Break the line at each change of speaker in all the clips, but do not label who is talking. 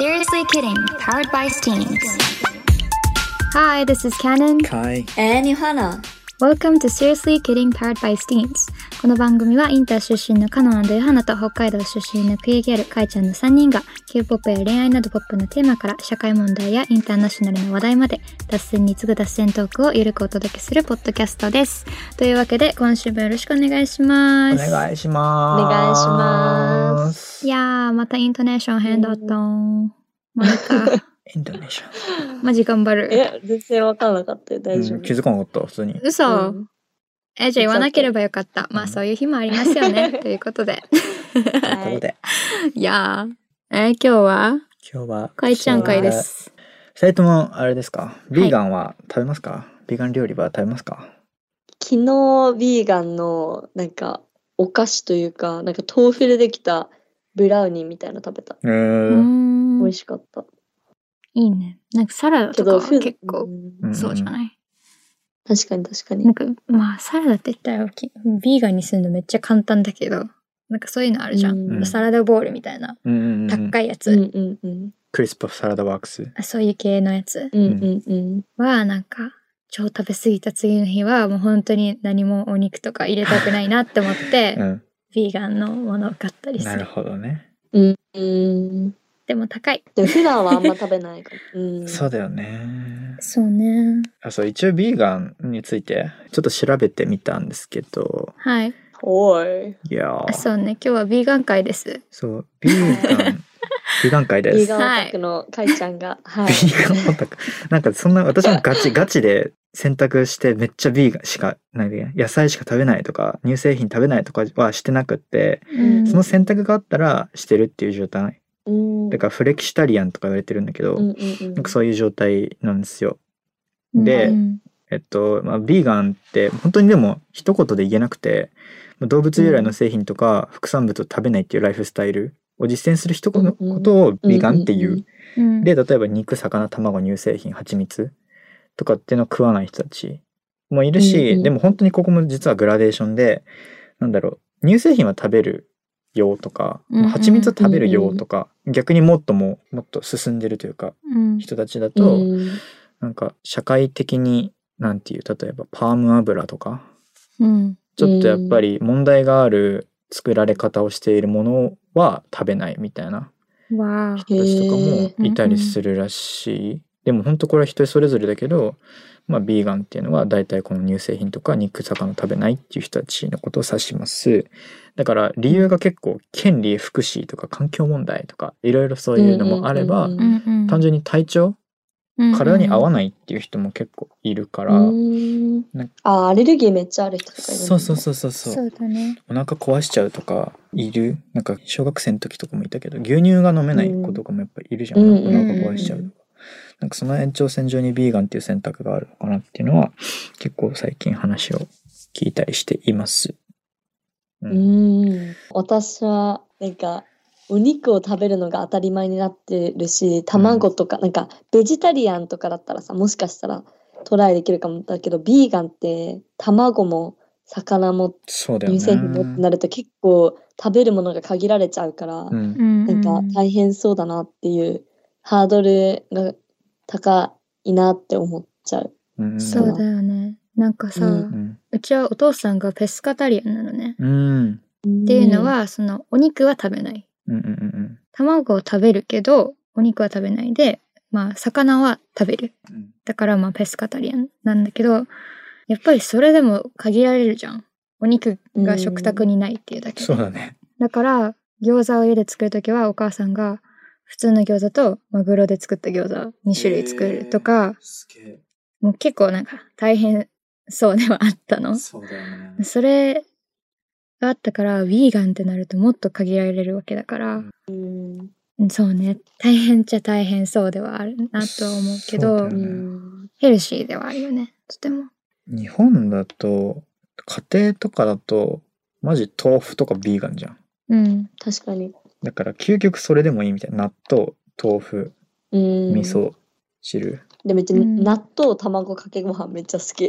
Seriously Kidding, powered by Steams.
Hi, this is Canon.
はい。
えー、ニュハナ。
Welcome to Seriously Kidding Powered by Steens. この番組はインター出身のカノアンドヨハナと北海道出身のピエギャル、カイちゃんの3人が K-POP や恋愛などポップのテーマから社会問題やインターナショナルの話題まで脱線に次ぐ脱線トークをゆるくお届けするポッドキャストです。というわけで今週もよろしくお願いし
お
ます。
願いします。。
お願いします
いやー、またイントネーション変だったん。マジか。
インドネシア。
マジ頑張る。
え、全然わかんなかったよ。大丈
う
夫。
ん気づかなかった、普通に。
嘘、
うん
え、じゃあ言わなければよかった。まあそういう日もありますよね。ということで。
ということで、
いやー。えー、今日は
今日は。
かいちゃん会で。す。
二人とも、あれですかビーガンは食べますかビーガン料理は食べますか
昨日、ビーガンの、なんか、お菓子というか、なんか豆腐でできたブラウニーみたいなの食べた。
う
う
ー
ー
ん。
美
ん
味。しかった。
いいね。なんかサラダ
け
と
ど、
か
ふ
結構
うん
そうじゃない
確かに確か
な
に
ん。かまあサラダって言ったらきビーガンにするのめっちゃ簡単だけど、なんかそういうのあるじゃん。
うん
サラダボールみたいな。
うんうんうん。
高いやつ、
うんうんうん。
クリスプサラダワークス。
あそういう系のやつ
うんうんうん。
はなんか超食べ過ぎた次の日はもう本当に何もお肉とか入れたくないなって思って、
うん。
ビーガンのものを買ったりす
な
る
るほどね。
うんうん。
でも高い
でも普段はあんま食べないから。う ん。
そうだよね。
そうね
あ、そう、一応ビーガンについて、ちょっと調べてみたんですけど、
はい
おい。
いや
あ
ー
そうね今日はビーガン会です
そう、ビーガン、 ビーガン会です
ビー。ガンオタクのかいちゃんが。はい
ビ。 ーガンオタク。なんかそんな、私もガチ、ガチで選択してめっちゃビーガンしか、なんで、野菜しか食べないとか、乳製品食べないとかはしてなくって、
うん
その選択があったらしてるっていう状態。
うん。
だからフレキシタリアンとか言われてるんだけど、
うんうんうん。
なんかそういう状態なんですよ。で
うん
えっと、まあ、ビーガンって本当にでも一言で言えなくて、まあ動物由来の製品とか副産物を食べないっていうライフスタイルを実践する人のことをビーガンっていう。
うん
で例えば肉魚卵乳製品蜂蜜とかっていうのを食わない人たちもいるし、
うんうん
でも本当にここも実はグラデーションでなんだろう乳製品は食べるよとか、
うんうん
蜂蜜は食べるよとか、逆にもっとももっと進んでるというか
うん
人たちだと、
うん。
なんか社会的になんていう例えばパーム油とか
うん
ちょっとやっぱり問題がある作られ方をしているものは食べないみたいな
わあ
人たちとかもいた
へ
り
ー
するらしい、でも本当これは人それぞれだけど、まあ、ビーガンっていうのは大体この乳製品とか肉魚食べないっていう人たちのことを指しますだから理由が結構権利福祉とか環境問題とかいろいろそういうのもあれば、
うんうんうん
うんうん
単純に体調体に合わ
ない
ないっていう人も結構いるから、
うーん
なん
あアレルギーめっちゃある人とかいる
そうそう
う
そうそうそう
そうだね
お腹壊しちゃうとかいるなんか小学生の時とかもいたけど牛乳が飲めない子とかもやっぱいるじゃん、
うん
お腹壊しちゃうとか、なんかその延長線上にビーガンっていう選択があるのかなっていうのは結構最近話を聞いたりしていますう
うーん私はなんかお肉を食べるのが当たり前になってるし卵とか、なんかベジタリアンとかだったらさもしかしたらトライできるかもだけどビーガンって卵も魚も
そうだよね
乳製品もってなると結構食べるものが限られちゃうから、
うん
うん
なんか大変そうだなっていうハードルが高いなって思っちゃう。
うんうん
そうだよねなんかさ、
う
うん
うん
ちはお父さんがペスカタリアンなのね
うん
っ
っていうのはそのお肉は食べない
うんうんうん
卵を食べるけどお肉は食べないでまあ魚は食べる
うん
だからまあペスカタリアンなんだけどやっぱりそれでも限られるじゃんお肉が食卓にないっていうだけで、
そうだね
だから餃子を家で作る時はお母さんが普通の餃子とマグロで作った餃子2種類作るとか、
すげえ
もう結構なんか大変そうではあったの
そうだよね
それがあったからヴィーガンってなるともっと限られるわけだから、
うん
うんそうね大変っちゃ大変そうではあるなとは思うけ
そうだ
ど
よね
うん
ヘルシーではあるよねとても
日本だと家庭とかだとマジ豆腐とかビーガンじゃん
うん
確かに。
だから究極それでもいいみたいな納豆豆腐
うん。
味噌 汁、
でめっちゃ
うん
納豆卵かけご飯めっちゃ 好き。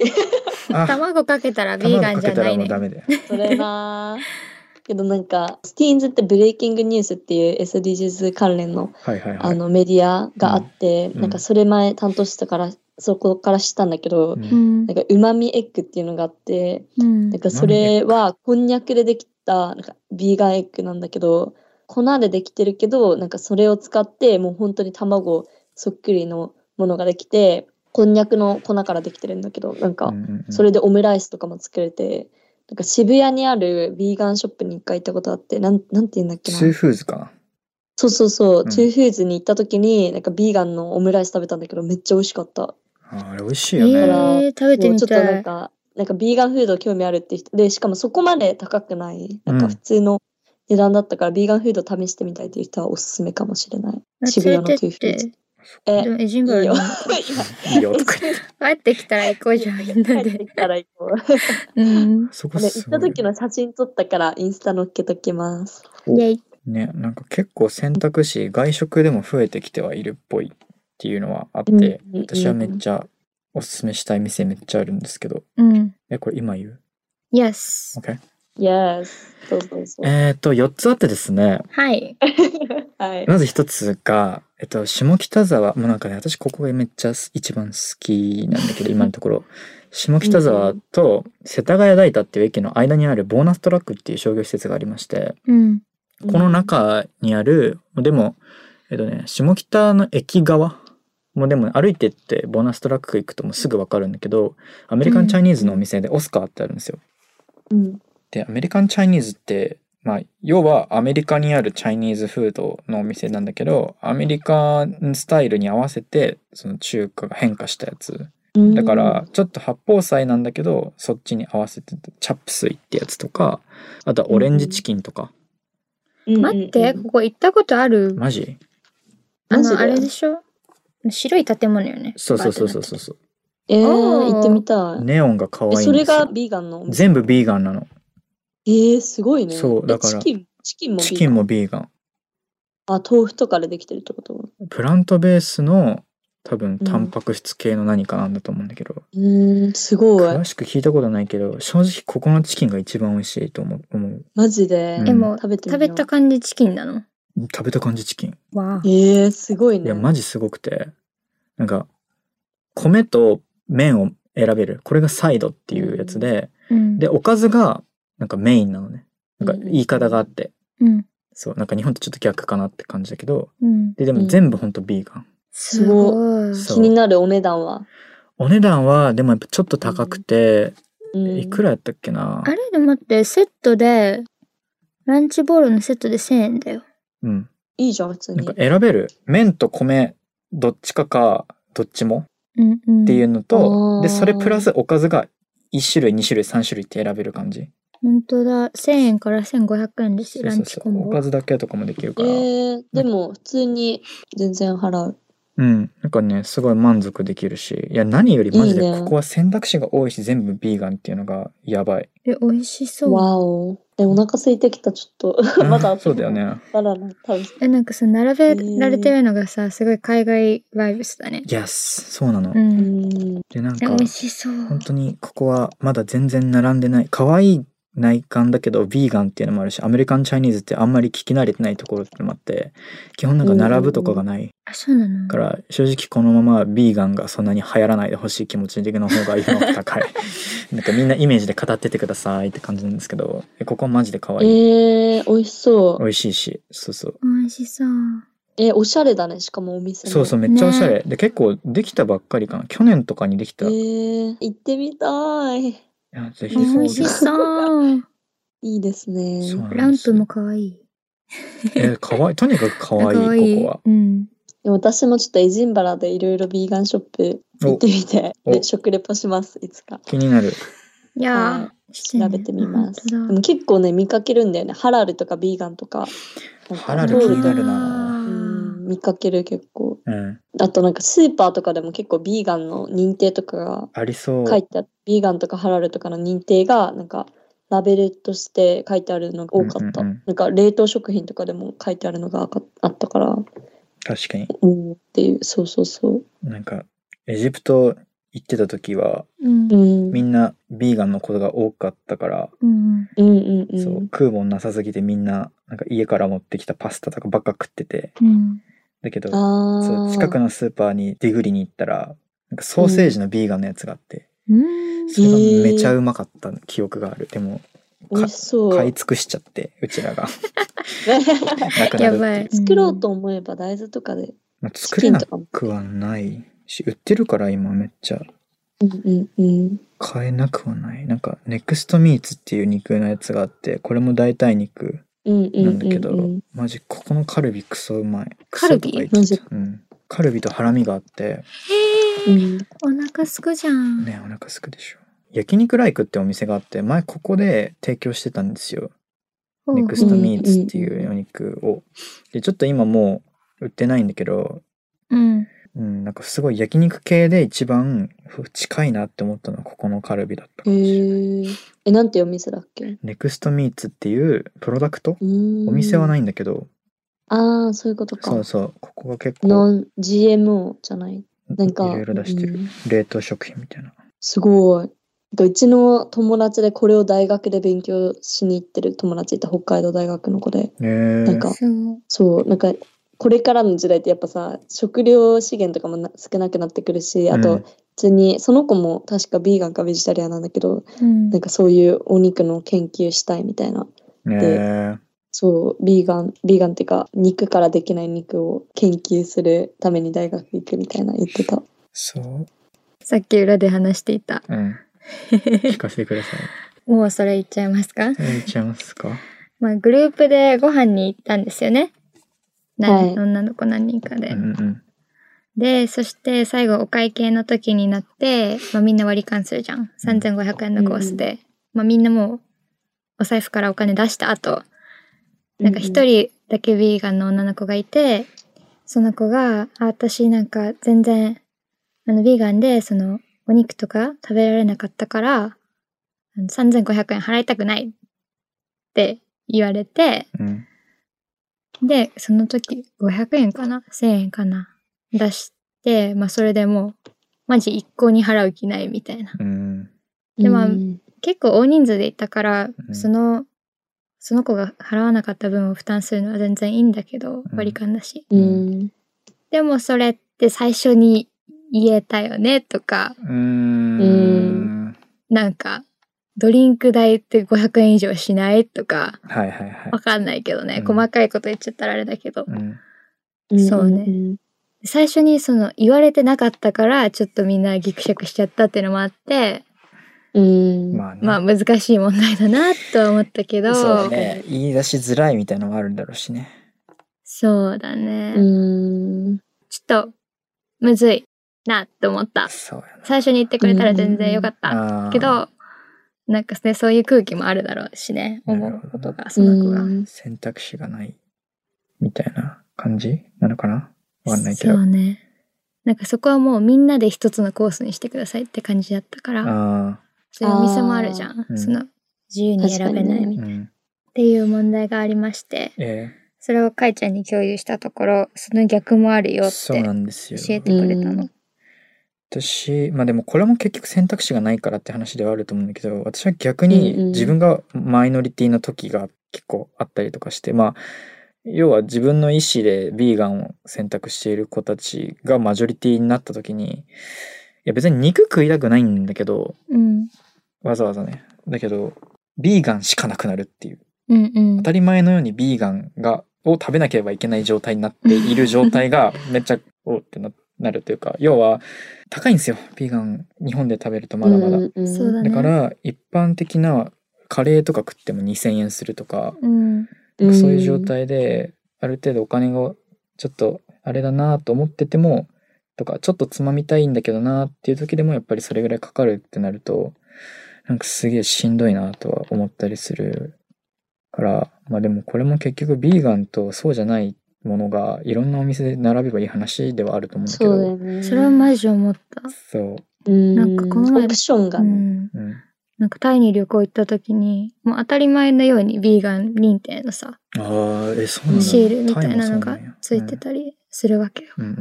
あ
卵かけたらヴィーガン
卵か
じゃ
けた
な
ら
い
もう
ね
ダメだよ
それなけどなんかスティーンズってブレイキングニュースっていう SDGs 関連の
はいはいは
あ
い。
のメディアがあって、
うん
なんかそれ前担当してたからそこから知ったんだけど、
うん
うん
なんかうまみエッグっていうのがあって
うん
なんかそれはこんにゃくでできたなんかビーガンエッグなんだけど粉でできてるけどなんかそれを使ってもう本当に卵そっくりのものができてこんにゃくの粉からできてるんだけどなんか
うんうんうん
それでオムライスとかも作れてなんか渋谷にあるビーガンショップに一回行ったことあってなんなんて言うんだっけな
ツーフーズかな。
そうそうそ
う
う、
ん
トゥーフーズに行った時になんかビーガンのオムライス食べたんだけどめっちゃ美味しかった
ああれ美味しい
え
よね。
ー、食べて
もう
み
ちょっと
た
なん
い。
か、なんかビーガンフード興味あるって人で、しかもそこまで高くない、なん
う
か
ん
普通の値段だったから、ビーガンフード試してみたいっていう人はおすすめかもしれない。渋谷
連
の
れ
ト
て
ゥー
っ
フーズ
て。。
え
で、もエジンバル
いいよ
に
いいよとか言って。
帰ってきたら行こうじゃん、みんな
帰って
で。
きたら行こう。
うん。
そこ
俺行
す
っ
ご
た
い
時の写真撮ったから、インスタ載っけときます。
イェイ。
ね、なんか結構選択肢、外食でも増えてきてはいるっぽいっていうのはあって、
うん
私はめっちゃおすすめしたい店めっちゃあるんですけど、
うん。
え、これ今言う
Yes。
?OK?
Yes。そうそうそう。
えっ、と、4つあってですね、
はい。
はい。
まず1つが、えっと、下北沢、もうなんかね、私ここがめっちゃ一番好きなんだけど、今のところ、下北沢と世田谷代田っていう駅の間にあるボーナストラックっていう商業施設がありまして、
うん。
この中にある、でも、えっとね、下北の駅側もうでも歩いてってボーナストラック行くともうすぐわかるんだけど、アメリカンチャイニーズのお店でオスカーってあるんですよ。
うん。
で、アメリカンチャイニーズって、まあ、要はアメリカにあるチャイニーズフードのお店なんだけど、アメリカンスタイルに合わせて、その中華が変化したやつ。
うん
だから、、ちょっと八宝菜なんだけど、そっちに合わせて、チャップスイってやつとか、あとはオレンジチキンとか。
うん
待って、ここ行ったことある
マジ
あ
マジ
の、
で
あれでしょ白い建物よね。
そうそうそうそうそうそう。
えー、
おー
行ってみたい。
ネオンが可愛いん
え
です
そ
よ
れがビーガンのお店
全部ビーガンなの
えー、すごいね。
そう
え
だから
チキン、チキンもビーガン
チキンもビーガン
あ、豆腐とかでできてるってこと
プラントベースの多分タンパク質系の何かなんだと思うんだけど、
うーん、すごい
詳。しく聞いたことないけど正直ここのチキンが一番美味しいと思う思う
マジで。
うん
でも、
食べてみ
食
よう
べた感じチキンなの。
食べた感じチキン
わあ。
ええー、すごい
い
ね。
やマジすごくてなんか米と麺を選べるこれがサイドっていうやつで、
うん。
でおかずがなんかメインなのねなんか言い方があって、
うん。
そうなんか日本とちょっと逆かなって感じだけど
うん。
ででも全部ほんとビーガン、
すごい。
そう
気になるお値段は。
お値段はでもやっぱちょっと高くて、
うん、
いくらやったっけな
あれでも待って、セットで、ランチボールのセットで1000円だよ。
うん
いいじゃん、普通
なん
に
か。選べる麺と米どっちかかどっちも
うんうん。
っていうのと、
うん
でそれプラスおかずが1種類2種類3種類って選べる感じ
本当だ。1000円から1500円ですよ、
そう
ラ
そ
ン
う
チ
そ
コン
うおか
ボ。
ずだけとかもできる
え
から、
ー、でも普通に全然払う。
うんなんかねすごい満足できるしいや何よりマジで
いいね
ここは選択肢が多いし全部ビーガンっていうのがやばい、
え、美味しそう。
わお。で、お腹空いてきた、ちょっと。
うん
ま だ。
そうだよ。ね
バナナ食べて。
え、なんかその並べられてるのがさ、すごい海外バイブスだね。
Yes そうなの、
う。
うんん。
でなん
え、
か
美味しそう。
本当にここはまだ全然並んでない可愛い内観だけどビーガンっていうのもあるしアメリカンチャイニーズってあんまり聞き慣れてないところってのもあって基本なんか並ぶとかがない
あ、そうなの
から正直このままビーガンがそんなに流行らないでほしい気持ち的な方が今は 高いなんかみんなイメージで語っててくださいって感じなんですけどここはマジで可愛い
えー、美味しそ
美
う。
味しいしそうそう
美味しそう。
えおしゃれだね、しかもお店も。
そうそう
う。
めっちゃおしゃれで結構できたばっかりかな去年とかにでき
え
た、い
ー、行ってみたい。
やぜひ
美味し そう。
いいですね。
そうなんです
ランプも可愛い。
えー可愛いとにかく可
あ可
愛
愛
い
い
ここは
うん。
でも私もちょっとエジンバラでいろいろビーガンショップ行ってみて、
おお
で食レポします、いつか。
気になる
いや
は
ー、してね
調べてみます。で
本当だ
も結構ね、見かけるんだよね。ハラルとかビーガンとか。なんか
ハラル
通
気
る
に
と
なるな
うん見かける結構。
うん
あとなんかスーパーとかでも結構ビーガンの認定とかが
ありそう。
書いてあって、ビーガンとかハラルとかの認定がなんかラベルとして書いてあるのが多かった。
うんうんうん
なんか冷凍食品とかでも書いてあるのがあったから、
確かに。
うんっていう、そうそうそう。
なんか、エジプト行ってた時は
うん
う。ん。
みんなビーガンのことが多かったから、
うん。
うんうんうん。
そう食うもんなさすぎてみんななんか家から持ってきたパスタとかばっか食ってて
うん。
だけど
ああ。
そう近くのスーパーにディグリに行ったらなんかソーセージのビーガンのやつがあって、
うん。
それがめちゃうまかった記憶があるでも
美味しそう。
買い尽くしちゃってうちら がなくな
や
る
ばい。
作ろうと思えば大豆とかで。
まあ
チ
作
キ
れ
ン
な
とかも。
くはないし売ってるから今めっちゃ
うんうんうん。
買えなくはないなんかネクストミーツっていう肉のやつがあってこれも代替肉
うんうんう
なんんだけど、
うん
マジここのカルビクソうまい
カルビ
クソとか言ってたうん、カルビとハラミがあって
へえ。
うん
お腹すくじゃん。
ねお腹すくでしょ焼肉ライクってお店があって前ここで提供してたんですよ
ほうほう
ネクストミーツっていうお肉をでちょっと今もう売ってないんだけど
うん。
うん、なんかすごい焼肉系で一番ふ近いなって思ったのはここのカルビだったか
へ
もしれない
え。え、なんてお店だっけ
ネクストミーツっていうプロダクト
お。
お店はないいんだけど、
ああ、そういうことか
そう。そうここが結構
ノン GMO じゃない。なんか。
いろいろ出してる、
うん
冷凍食品みたいな
すごい。なんかうちの友達でこれを大学で勉強しに行ってる友達いて北海道大学の子で
へえ
なんか
そう。
そうなんかこれからの時代ってやっぱさ食料資源とかもな少なくなってくるしあ
う
と
ん
普通にその子も確かビーガンかベジタリアンなんだけど
うん
なん。かそういうお肉の研究したいみたいな
ねえ
そうビーガンビーガンっていうか肉からできない肉を研究するために大学行くみたいな言ってた
そう
さっき裏で話していた。
うん聞かせてください
もうそれ言っちゃいますか
えいちゃいますか
まあ、グループでご飯に行ったんですよね。な
はい
女の子何人かで。
うんうん
で、そして最後お会計の時になって、まあ、みんな割り勘するじゃん。3500円のコースで。まあ、みんなもう、お財布からお金出した後、なんか一人だけヴィーガンの女の子がいて、その子が、あ、私なんか全然、あの、ヴィーガンで、その、お肉とか食べられなかったから、あの3500円払いたくないって言われて、
うん
で、その時、500円かな ?1000 円かな出して、まあ、それでもう、マジ一向に払う気ないみたいな。
うん
で
で
も
も
うん
結構大人数で行ったから、
うん
そのその子が払わなかった分を負担するのは全然いいんだけど
うん
割り勘だし、
うん
でもそれって最初に言えたよねとか
うーん
なんかドリンク代って500円以上しないとか
はいはいはい
わかんないけどね、
うん
細かいこと言っちゃったらあれだけど、
うん
そうね
ん
最初にその言われてなかったからちょっとみんなギクシャクしちゃったっていうのもあって
うん
まあね
まあ難しい問題だなとは思ったけど
そうね言い出しづらいみたいなのもあるんだろうしね
そうだね、
うん
ちょっと、むずいなって思った。
そうや
最初に言ってくれたら全然よかった。
なあー
けど、なんかね、そういう空気もあるだろうしね、思
なる
う
ほ
こ
ど
とが、その子が。
選択肢がないみたいな感じなのかなわかんないけ
そ
ど
うね。なんかそこはもうみんなで一つのコースにしてくださいって感じだったから、
あ
そういうお店もあるじゃん
う。ん
その、自由に選べない
確か
み
に
たい
ー
な。
うん
っていう問題がありまして、
え
それをかいちゃんに共有したところ、その逆もあるよ
ー
っ
そう
て
な
教
んですよ
えてくれたの。
私まあでもこれも結局選択肢がないからって話ではあると思うんだけど私は逆
うんうん
に自分がマイノリティの時が結構あったりとかしてまあ要は自分の意思でヴィーガンを選択している子たちがマジョリティになった時にいや別に肉食いたくないんだけど
うん。
わざわざねだけどヴィーガンしかなくなるっていう
うんうん
当た。り前のようにビーガンがを食べなければいけない状態になっている状態がめっちゃおーってななるというか要は高いんですよビーガン日本で食べるとまだまだ、
うんうん
そうだね。
だから一般的なカレーとか食っても2,000円するとか、
うん。
うん
そういう状態である程度お金がちょっとあれだなと思っててもとかちょっとつまみたいんだけどなっていう時でもやっぱりそれぐらいかかるってなるとなんかすげえしんどいなとは思ったりするからまあでもこれも結局ビーガンとそうじゃないものがいろんなお店で並べばいい話ではあると思うんだけ
そうだ
ど
よね
それはマジ思った。
そう
なん
かこの前
オプションが
う
ね
ん。
うん
なんかタイに旅行行った時に、もう当たり前のようにヴィーガン認定のさ、
ああえそうなんだ
シールみたいなのが
タイもそうなんや
ついてたりするわけよ。
うんうん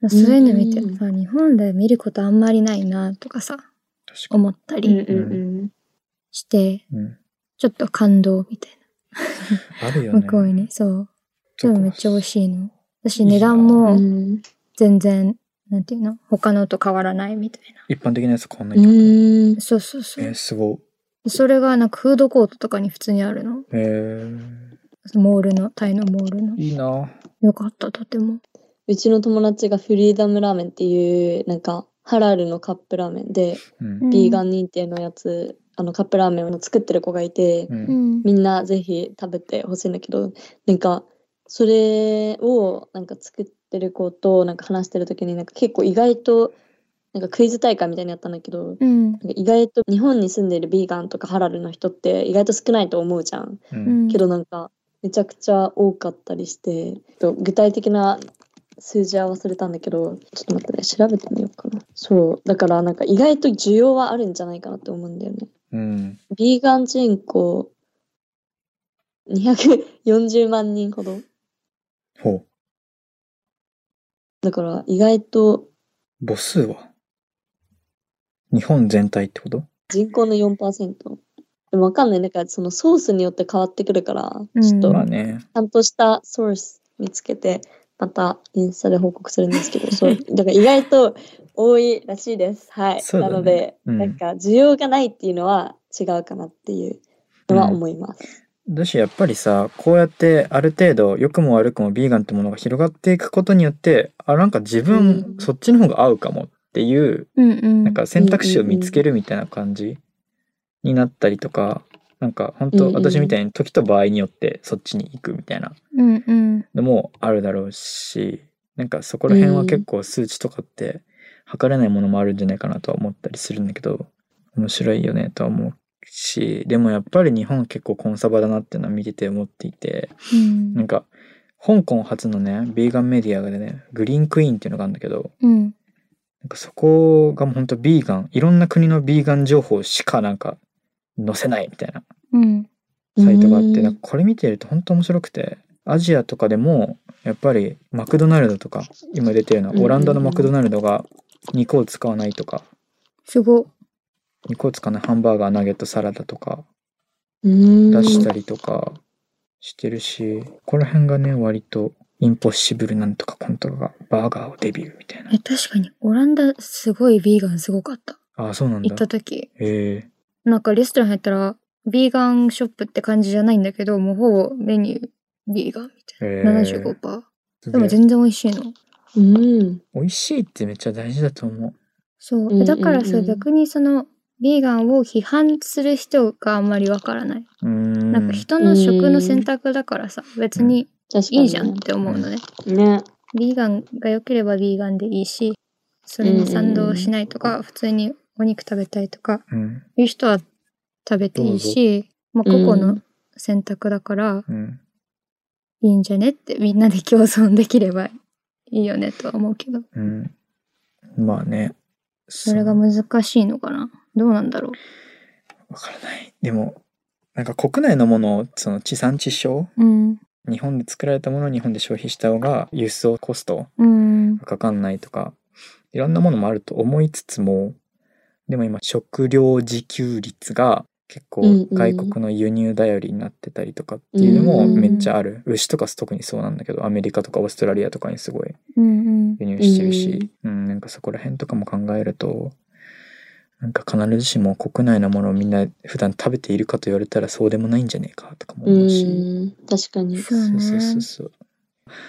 うん
そういうの見て
うん
さ日本で見ることあんまりないなとかさ
確かに。
思った
うん
り
うん
して
うん、
ちょっと感動みたい
あるよ
な
ね。
向こうにねそうで
どこ
もめっちゃ美味しいの私
いいな
値段
うん。う
も
ん
全然なんていうの他のと変わらないみたい
一般的なやつ変わんな
う
いってこと、
ん
な。そうそうそう
えー、すご
でそれがなんかフードコートとかに普通にあるの
い。えー、
モールのタイのモールの
いいな。
よかったとても
うちの友達がフリーダムラーメンっていうなんかハラルのカップラーメンで
うん。
ビーガ
ン
ン認定のやつあのカップラーメンを作ってる子がいて
う。
うんん
みんなぜひ食べてほしいんだけどなんかそれをなんか作ってる子となんか話してる時になんか結構意外となんかクイズ大会みたいにやったんだけど
うん
なんか意外と日本に住んでるビーガンとかハラルの人って意外と少ないと思うじゃん。
う。
うんん
けどなんかめちゃくちゃ多かったりしてと具体的な数字は忘れたんだけどちょっと待ってね調べてみようかなそうだからなんか意外と需要はあるんじゃないかなって思うんだよね
うん。
ビーガン人口240万人ほど
ほ
だから意外と
う。母数は日本全体ってこと
人口の4%でもわかんないなんかそのソースによって変わってくるから
うん
ちょっと
まあね。
ちゃんとしたソース見つけて、またインスタで報告するんですけ ど、そう、だから意外と多いらしいです。はい。
そうだ
な
ね
ので、
うん
なんか需要がないっていうのは違うかなっていうのは思います。
だしやっぱりさこうやってある程度良くも悪くもビーガンってものが広がっていくことによってあなんか自分
うん
そっちの方が合うかもっていう
うんうん
なんか選択肢を見つけるみたいな感じになったりとかなんか本
う
当
んうん
私みたいに時と場合によってそっちに行くみたいな
うんうん
のもあるだろうしなんかそこら辺は結構数値とかって測れないものもあるんじゃないかなとは思ったりするんだけど面白いよねとは思うしでもやっぱり日本結構コンサバだなっていうのは見てて思っていて
うん
なんか香港初のねビーガンメディアがねグリーンクイーンっていうのがあるんだけど
うん
なんかそこがもうほんとビーガンいろんな国のビーガン情報しかなんか載せないみたいな
うん
サイトがあっ
う
て
ん
なんかこれ見てると本当面白くてアジアとかでもやっぱりマクドナルドとか今出てるのは
うんうんうん
オランダのマクドナルドが肉を使わないとか
すご
肉を使わないハンバーガーナゲットサラダとか
うーん。
出したりとかしてるしここら辺がね割とインポッシブルなんとかコントがバーガーをデビューみたいな
え確かにオランダすごいビーガンすごかった
ああそうなん
行
だ
った時
へえ
なんかレストラン入ったらビーガンショップって感じじゃないんだけどもうほぼメニュービーガンみたいな
へえ
75%
す
で
げ
も
え
全然美味しいの
うん。
美味しいってめっちゃ大事だと思う
そう、
うん
だから
うん
さ
うん
逆にそのビーガンを批判する人があんまりわからない、
うーん
なんか人の食の選択だからさ別に
確かに、ね。
いいじゃんって思うのね、
ね。
ビーガンが良ければビーガンでいいしそれに賛同しないとか、普通にお肉食べたいとか
うん
いう人は食べていいし、まあ、個々の選択だから
うん
いいんじゃねってみんなで共存できればいいよねとは思うけど
うんまあね
それが
う
難しいのかなどうなんだろう
わからない。でも、なんか国内のものを、その地産地消、
うん
日本で作られたものを日本で消費した方が、輸送コスト
うん
がかかんないとか、いろんなものもあると思いつつも、でも今、食料自給率が結構
うんうん
外国の輸入頼りになってたりとかっていうのも
うん
めっちゃある。牛とか特にそうなんだけど、アメリカとかオーストラリアとかにすごい
うんうん
輸入してるし、うんなんかそこら辺とかも考えるとなんか必ずしも国内のものをみんな普段食べているかと言われたらそうでもないんじゃねえかとかも
う
思うし、
ん。確かに。
そうね
そうそうそう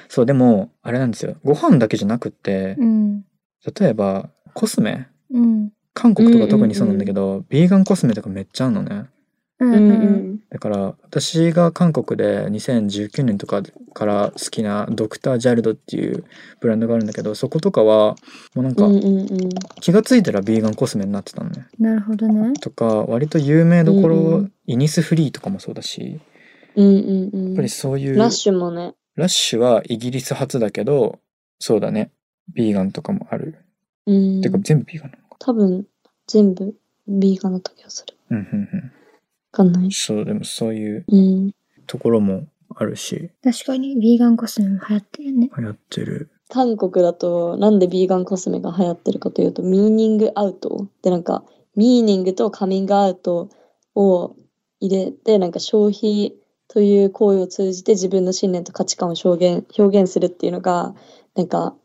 そうでもあれなんですよご飯だけじゃなくって
うん
例えばコスメ
うん
韓国とか特にそうなんだけど、ビーガンコスメとかめっちゃあるのね
うん
う
うんん
だから私が韓国で2019年とかから好きなドクター・ジャルドっていうブランドがあるんだけどそことかはもうなん
う
か
ん。うんうんうん。
気がついたらビーガンコスメになってたのね
なるほどね
とか割と有名どころ、
うんうん
イニスフリーとかもそうだし
うんうんう
や
ん。
っぱりそういう
ラッシュもね。
ラッシュはイギリス発だけどそうだねビーガンとかもある、
うん
て。か全部ビーガンなのか
多分全部ビーガンだった気がする。
うんうん
わかんな
う
い
ん。そうでもそういう
うん。
ところもあるし
確かにビーガンコスメも流行ってるね
流行ってる
韓国だとなんでビーガンコスメが流行ってるかというとミーニングアウトでなんかミーニングとカミングアウトを入れてなんか消費という行為を通じて自分の信念と価値観を表現表現するっていうのがなんか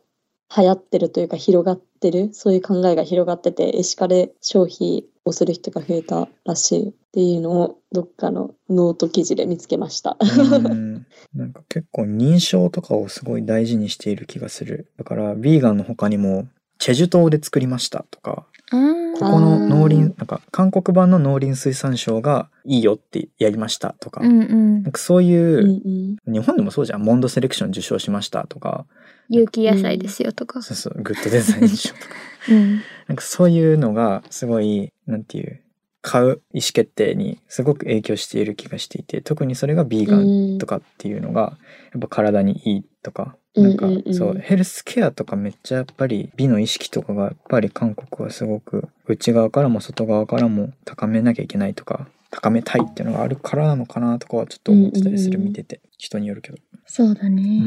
流行ってるというか広がってるそういう考えが広がっててエシカル消費をする人が増えたらしいっていうのをどっかのノート記事で見つけました。
うんなんか結構認証とかをすごい大事にしている気がする。だから、ビーガンの他にも、チェジュ島で作りましたとか、
あー
ここの農
あ
林、なんか韓国版の農林水産省がいいよってやりましたとか、
うんうん
なんかそうい
うん
う、
うん
日本でもそうじゃん、モンドセレクション受賞しましたとか、
有機野菜ですよとか、
そうそう、グッドデザイン賞とか、
うん、
なんかそういうのがすごい、なんていう、買う意思決定にすごく影響している気がしていて、特にそれがビーガン
うん
とかっていうのがやっぱ体にいいとか
うん
なんか
うんうん
そうヘルスケアとかめっちゃやっぱり美の意識とかがやっぱり韓国はすごく内側からも外側からも高めなきゃいけないとか高めたいっていうのがあるからなのかなとかはちょっと思ってたりする
うんうんうん
見てて人によるけど
そうだね、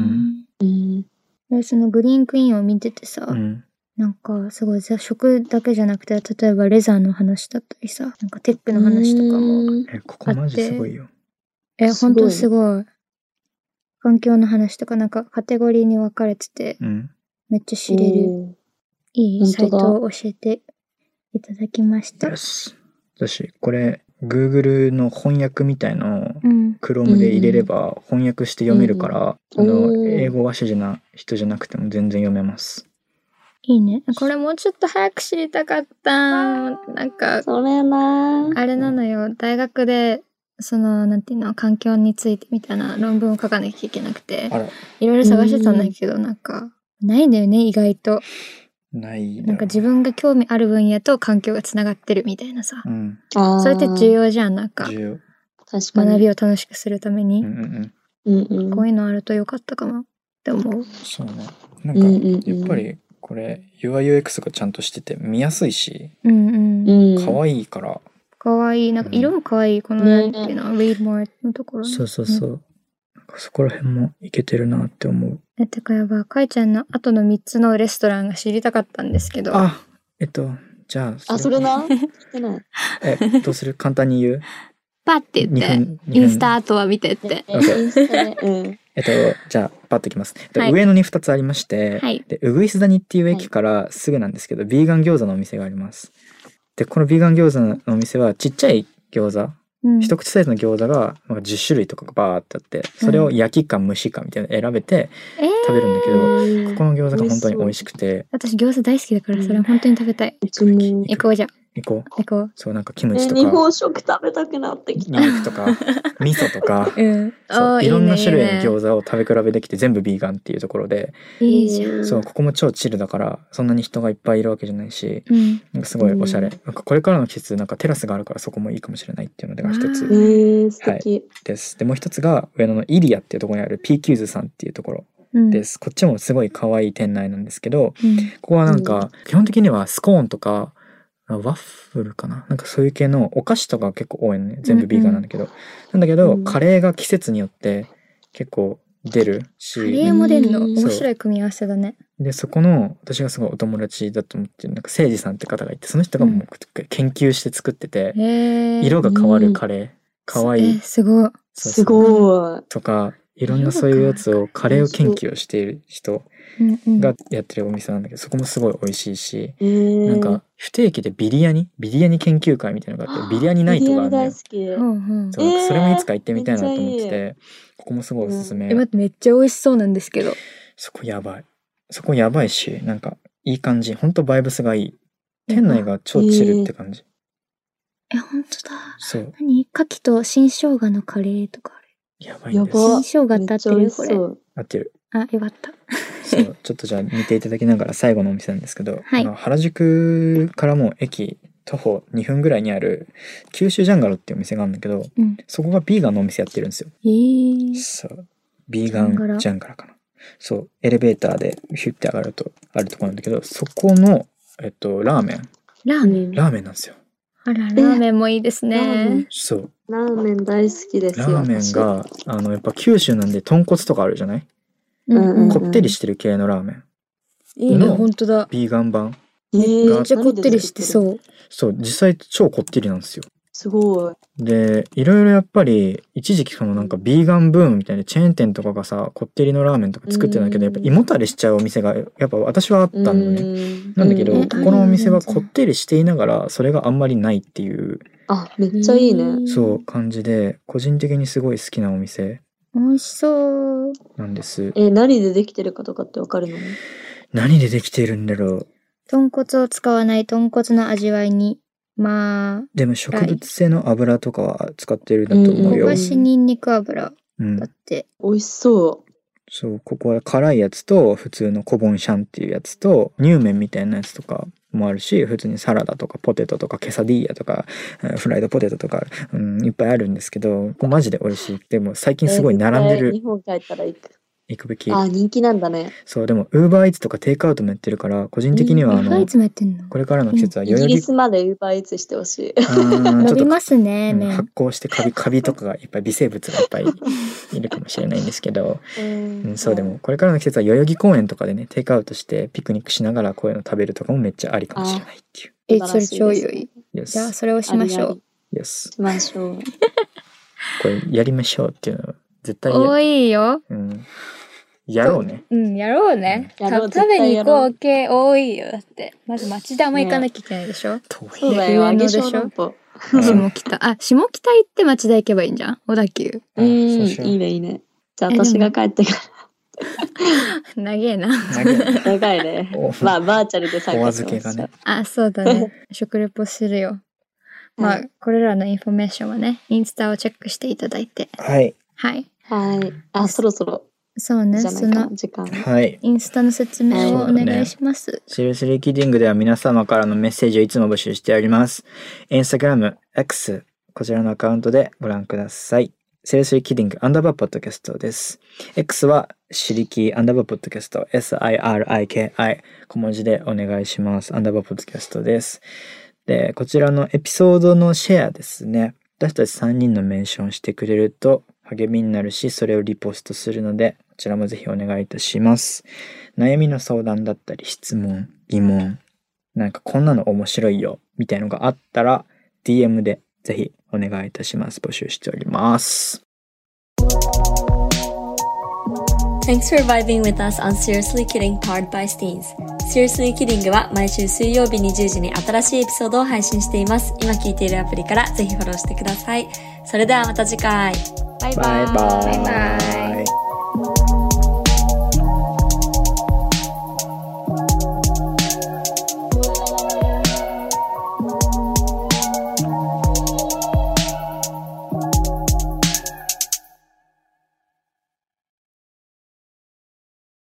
うん
でそのグリーンクイーンを見ててさ、
うん
なんかすごい雑食だけじゃなくて例えばレザーの話だったりさなんかテックの話とかも
うん
えここマジすごいよ
え
すごい
本当すごい環境の話とかなんかカテゴリーに分かれてて
うん
めっちゃ知れる
おー
いい
本
サ
当だ
イトを教えていただきました
よし私これ Google の翻訳みたいのを
うん、
Chrome で入れれば翻訳して読めるから、
うん
あ
お
の
ー
英語話者な人じゃなくても全然読めます
いいねこれもうちょっと早く知りたかったなんか
それなー
あれなのよ大学でそのなんていうの環境についてみたいな論文を書かなきゃいけなくて
あら
いろいろ探してたんだけどなんかないんだよね意外と
ない
なんか自分が興味ある分野と環境がつながってるみたいなさ
うん
あー
それって重要じゃんなんか
重要
確かに
学びを楽しくするため
う
に
ん、うんうん
うんうん
こういうのあるとよかったかなって思う
そうねな
うん
か
んうん
やっぱりこれ UIUX がちゃんとしてて見やすいし
うんうん
うん
可愛いから、
かわいいなんか色もかわいいこのな
ね
んていうの Read More のところね
そうそうそうなんかそこら辺もいけてるなって思う
えてかやばかいちゃんの後の3つのレストランが知りたかったんですけど
あえっとじゃあ
あそれな聞いてない
えどうする簡単に 言う
パって
二分二
イ
分
ンスタアートは見てって。
え
OK
インスタでうん
えっとじゃあパッといきます、えっと
はい
上野に2つありまして、
はい。
でうぐいす谷っていう駅からすぐなんですけど、ビーガン餃子のお店がありますでこのビーガン餃子のお店はちっちゃい餃子
うん
一口サイズの餃子がなんか10種類とかがバーってあってそれを焼きか蒸しかみたいなの選べて
えー
食べるんだけど、ここの餃子が本当に美
美
味
味
し
し
くて
私餃子大好きだからそれ本当に食べたい。
うちも
行こうじゃん。
行こう
行こう。
そうなんかキム
え
チと
日
か
本食食べたくなってき
ニンニクとか味噌とか
うん。
そ
お
う
ー
いろんな種類の
いいね
餃子を食べ比べできて全部ビーガンっていうところで
いいじゃん。
そうここも超チルだからそんなに人がいっぱいいるわけじゃないし
うん。
なんかすごいおしゃれ
うん
なんかこれからの季節なんかテラスがあるからそこもいいかもしれないっていうのが一
わ
え
つ
あ
ー、素敵、
ですでもう一つが上野のイリアっていうところにある P キューズさんっていうところ
うん
です、こっちもすごい可愛い店内なんですけど
うん
ここはなんか、
う
基本的にはスコーンとかあワッフルかななんかそういう系のお菓子とか結構多いのね全部ビーガンなんだけど、なんだけど、
うん
カレーが季節によって結構出るし
カレーも出るの
うん
面白い組み合わせだね。
でそこの私がすごいお友達だと思ってるなんか誠治さんって方がいてその人がもう研究して作ってて、
へー
色が変わるカレー可愛、い
えすごい。
そう
すごい
とかいろんなそういうやつをカレーを研究をしている人
うんうん。
がやってるお店なんだけどそこもすごい美味しいし、
えー、
なんか不定期でビリヤニビリヤニ研究会みたいなのがあってビリヤニナイトがあるの
ビリヤ
よ
ニ大好き、
うんうん。
そう
えー
それもいつか行ってみたいなと思って
めっちゃ
てここもすごいおすすめ、
え待ってめっちゃ美味しそうなんですけど。
そこやばいそこやばいしなんかいい感じほんとバイブスがいい店内が超チルって感じ、
え本当だ。
そう
何？牡蠣と新生姜のカレーとかある。
やばいんです
や
新
ば
生姜って合ってる
め
よ
っち
こ
ゃ美味し
れ
そ。う
合ってる
あよかった。
そう ちょっとじゃあ見ていただきながら最後のお店なんですけど、
はい
あの原宿からもう駅徒歩2分ぐらいにある九州ジャンガロっていうお店があるんだけど
うん。
そこがビーガンのお店やってるんですよ
えー。
そうビーガン
ジャンガラ
ジャンガラかなそうエレベーターでヒュッて上がるとあるところなんだけどそこのえっとラーメン
ラーメン。
うん
ラーメンなんですよ
あらラーメンもいいです
ラー
ね
メン。
そう
ラーメン大好きです
ラ
よ
ーメンがあのやっぱ九州なんで豚骨とかあるじゃない
うん
こってりしてる系のラーメン
いいね、
の
ほんとだ。
ビーガン版
え
めっちゃこってりして
う。
そう。
そう実際超こってりなんですよ
すごい。
でいろいろやっぱり一時期そのなんかビーガンブームみたいなチェーン店とかがさこってりのラーメンとか作ってたんだけどや
う
っ
ん
ぱ胃もたれしちゃうお店がやっぱ私はあったのね
うん
なんだけど
う
ここのお店は
うん
こってりしていながらそれがあんまりないっていう
あ、めっちゃいいね。
そう感じで個人的にすごい好きなお店
美味しそう。
なんです
え、何でできてるかとかってわかるの
何でできているんだろう
豚骨を使わない豚骨の味わいに、まあ、
でも植物性の油とかは使ってるんだと思う
焦
よ
が、しにんにく油
うん
だって。
美味しそ
そうここは辛いやつと普通のコボンシャンっていうやつと乳麺みたいなやつとかもあるし普通にサラダとかポテトとかケサディーヤとかえーフライドポテトとか、うん、いっぱいあるんですけどこれマジで美味しいでも最
う。
近 すごい並んで
え
る
日本帰ったら行く。
行くべき
あ、人気なんだね。
そうでもウーバーイーツとかテイクアウトもやってるから個人的にはあ
あ
の
いつもやってんの
これからの季節は
イ
代
ギ
々
リ
木
スまでウーバーイーツしてほしい。
あーち
伸
ょっ
び
と
ますね、
うん
麺
発。酵してカビカビとかがいっぱい微生物がいっぱいいるかもしれないんですけど、う、
うん
そうでもこれからの季節は代々木公園とかでねテイクアウトしてピクニックしながらこういうの食べるとかもめっちゃありかもしれないっていう。
え、それ超良い。じゃあ、
Yes,
それをしましょう。
yes.
しましょう。
これやりましょうっていうのは絶対や,、
多いよ。
うん、やろうね。
うん、やろうね。
うんやろう
た食べに行こう
絶
系多いよ。だって、まず町田も行かなきゃいけないでしょ。
遠
そ
いう
だよ、
上野
揚げ
でしょ
小籠包。
うん
下北。あ、下北行って町田行けばいいんじゃん。小田急。
う
う、
んんそうしよう
いいね、いいね。じゃあ
えでも
私が帰ってから。
長えな。
長い ね
長い ね。
お
まあ、バーチャルで参
お
加し
預
ま
け
し
が
た。
ね。
あ、そうだ ね。食レポするよ。まあ、
はい
これらのインフォメーションはね、インスタをチェックしていただいて。
はい
はい。
はい。あ、そろそろ
そうね、
じゃない
そ
かな
の、
時間。
はい。
インスタの説明をお願いします。
シルスリーキーディングでは皆様からのメッセージをいつも募集しております。インスタグラム、X、こちらのアカウントでご覧ください。セルスリーキーディングアンダーバーポッドキャストです。X はシリキーアンダーバーポッドキャスト SIRIKI 小文字でお願いします。アンダーバーポッドキャストです。で、こちらのエピソードのシェアですね。私たち3人のメンションしてくれると励みになるし、それをリポストするので、こちらもぜひお願いいたします。悩みの相談だったり質問疑問なんかこんなの面白いよみたいのがあったら DM でぜひお願いいたします募集しております
Thanks for vibing with us on Seriously Kidding Powered by Steens. Seriously Kidding は毎週水曜日20時に新しいエピソードを配信しています。今聞いているアプリからぜひフォローしてください。それではまた次回。
バイバイ
バイバイ。